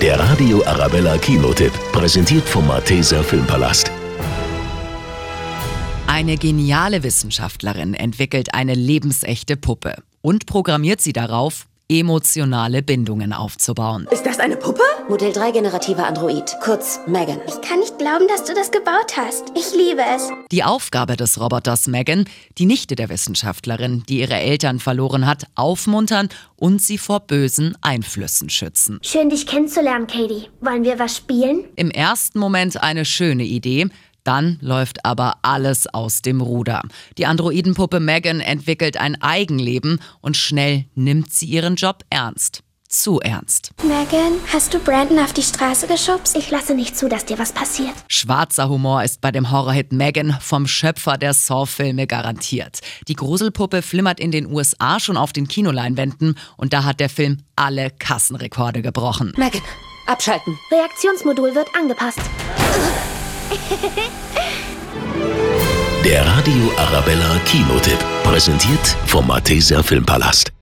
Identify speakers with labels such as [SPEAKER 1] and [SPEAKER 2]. [SPEAKER 1] Der Radio Arabella Kinotipp, präsentiert vom Malteser Filmpalast.
[SPEAKER 2] Eine geniale Wissenschaftlerin entwickelt eine lebensechte Puppe und programmiert sie darauf, emotionale Bindungen aufzubauen.
[SPEAKER 3] Ist das eine Puppe?
[SPEAKER 4] Modell 3 generativer Android, kurz Megan.
[SPEAKER 5] Ich kann nicht glauben, dass du das gebaut hast. Ich liebe es.
[SPEAKER 2] Die Aufgabe des Roboters Megan, die Nichte der Wissenschaftlerin, die ihre Eltern verloren hat, aufmuntern und sie vor bösen Einflüssen schützen.
[SPEAKER 5] Schön, dich kennenzulernen, Katie. Wollen wir was spielen?
[SPEAKER 2] Im ersten Moment eine schöne Idee, dann läuft aber alles aus dem Ruder. Die Androidenpuppe Megan entwickelt ein Eigenleben und schnell nimmt sie ihren Job ernst. Zu ernst.
[SPEAKER 5] Megan, hast du Brandon auf die Straße geschubst? Ich lasse nicht zu, dass dir was passiert.
[SPEAKER 2] Schwarzer Humor ist bei dem Horrorhit Megan vom Schöpfer der Saw-Filme garantiert. Die Gruselpuppe flimmert in den USA schon auf den Kinoleinwänden und da hat der Film alle Kassenrekorde gebrochen.
[SPEAKER 4] Megan, abschalten.
[SPEAKER 5] Reaktionsmodul wird angepasst.
[SPEAKER 1] Der Radio Arabella Kinotipp, präsentiert vom Malteser Filmpalast.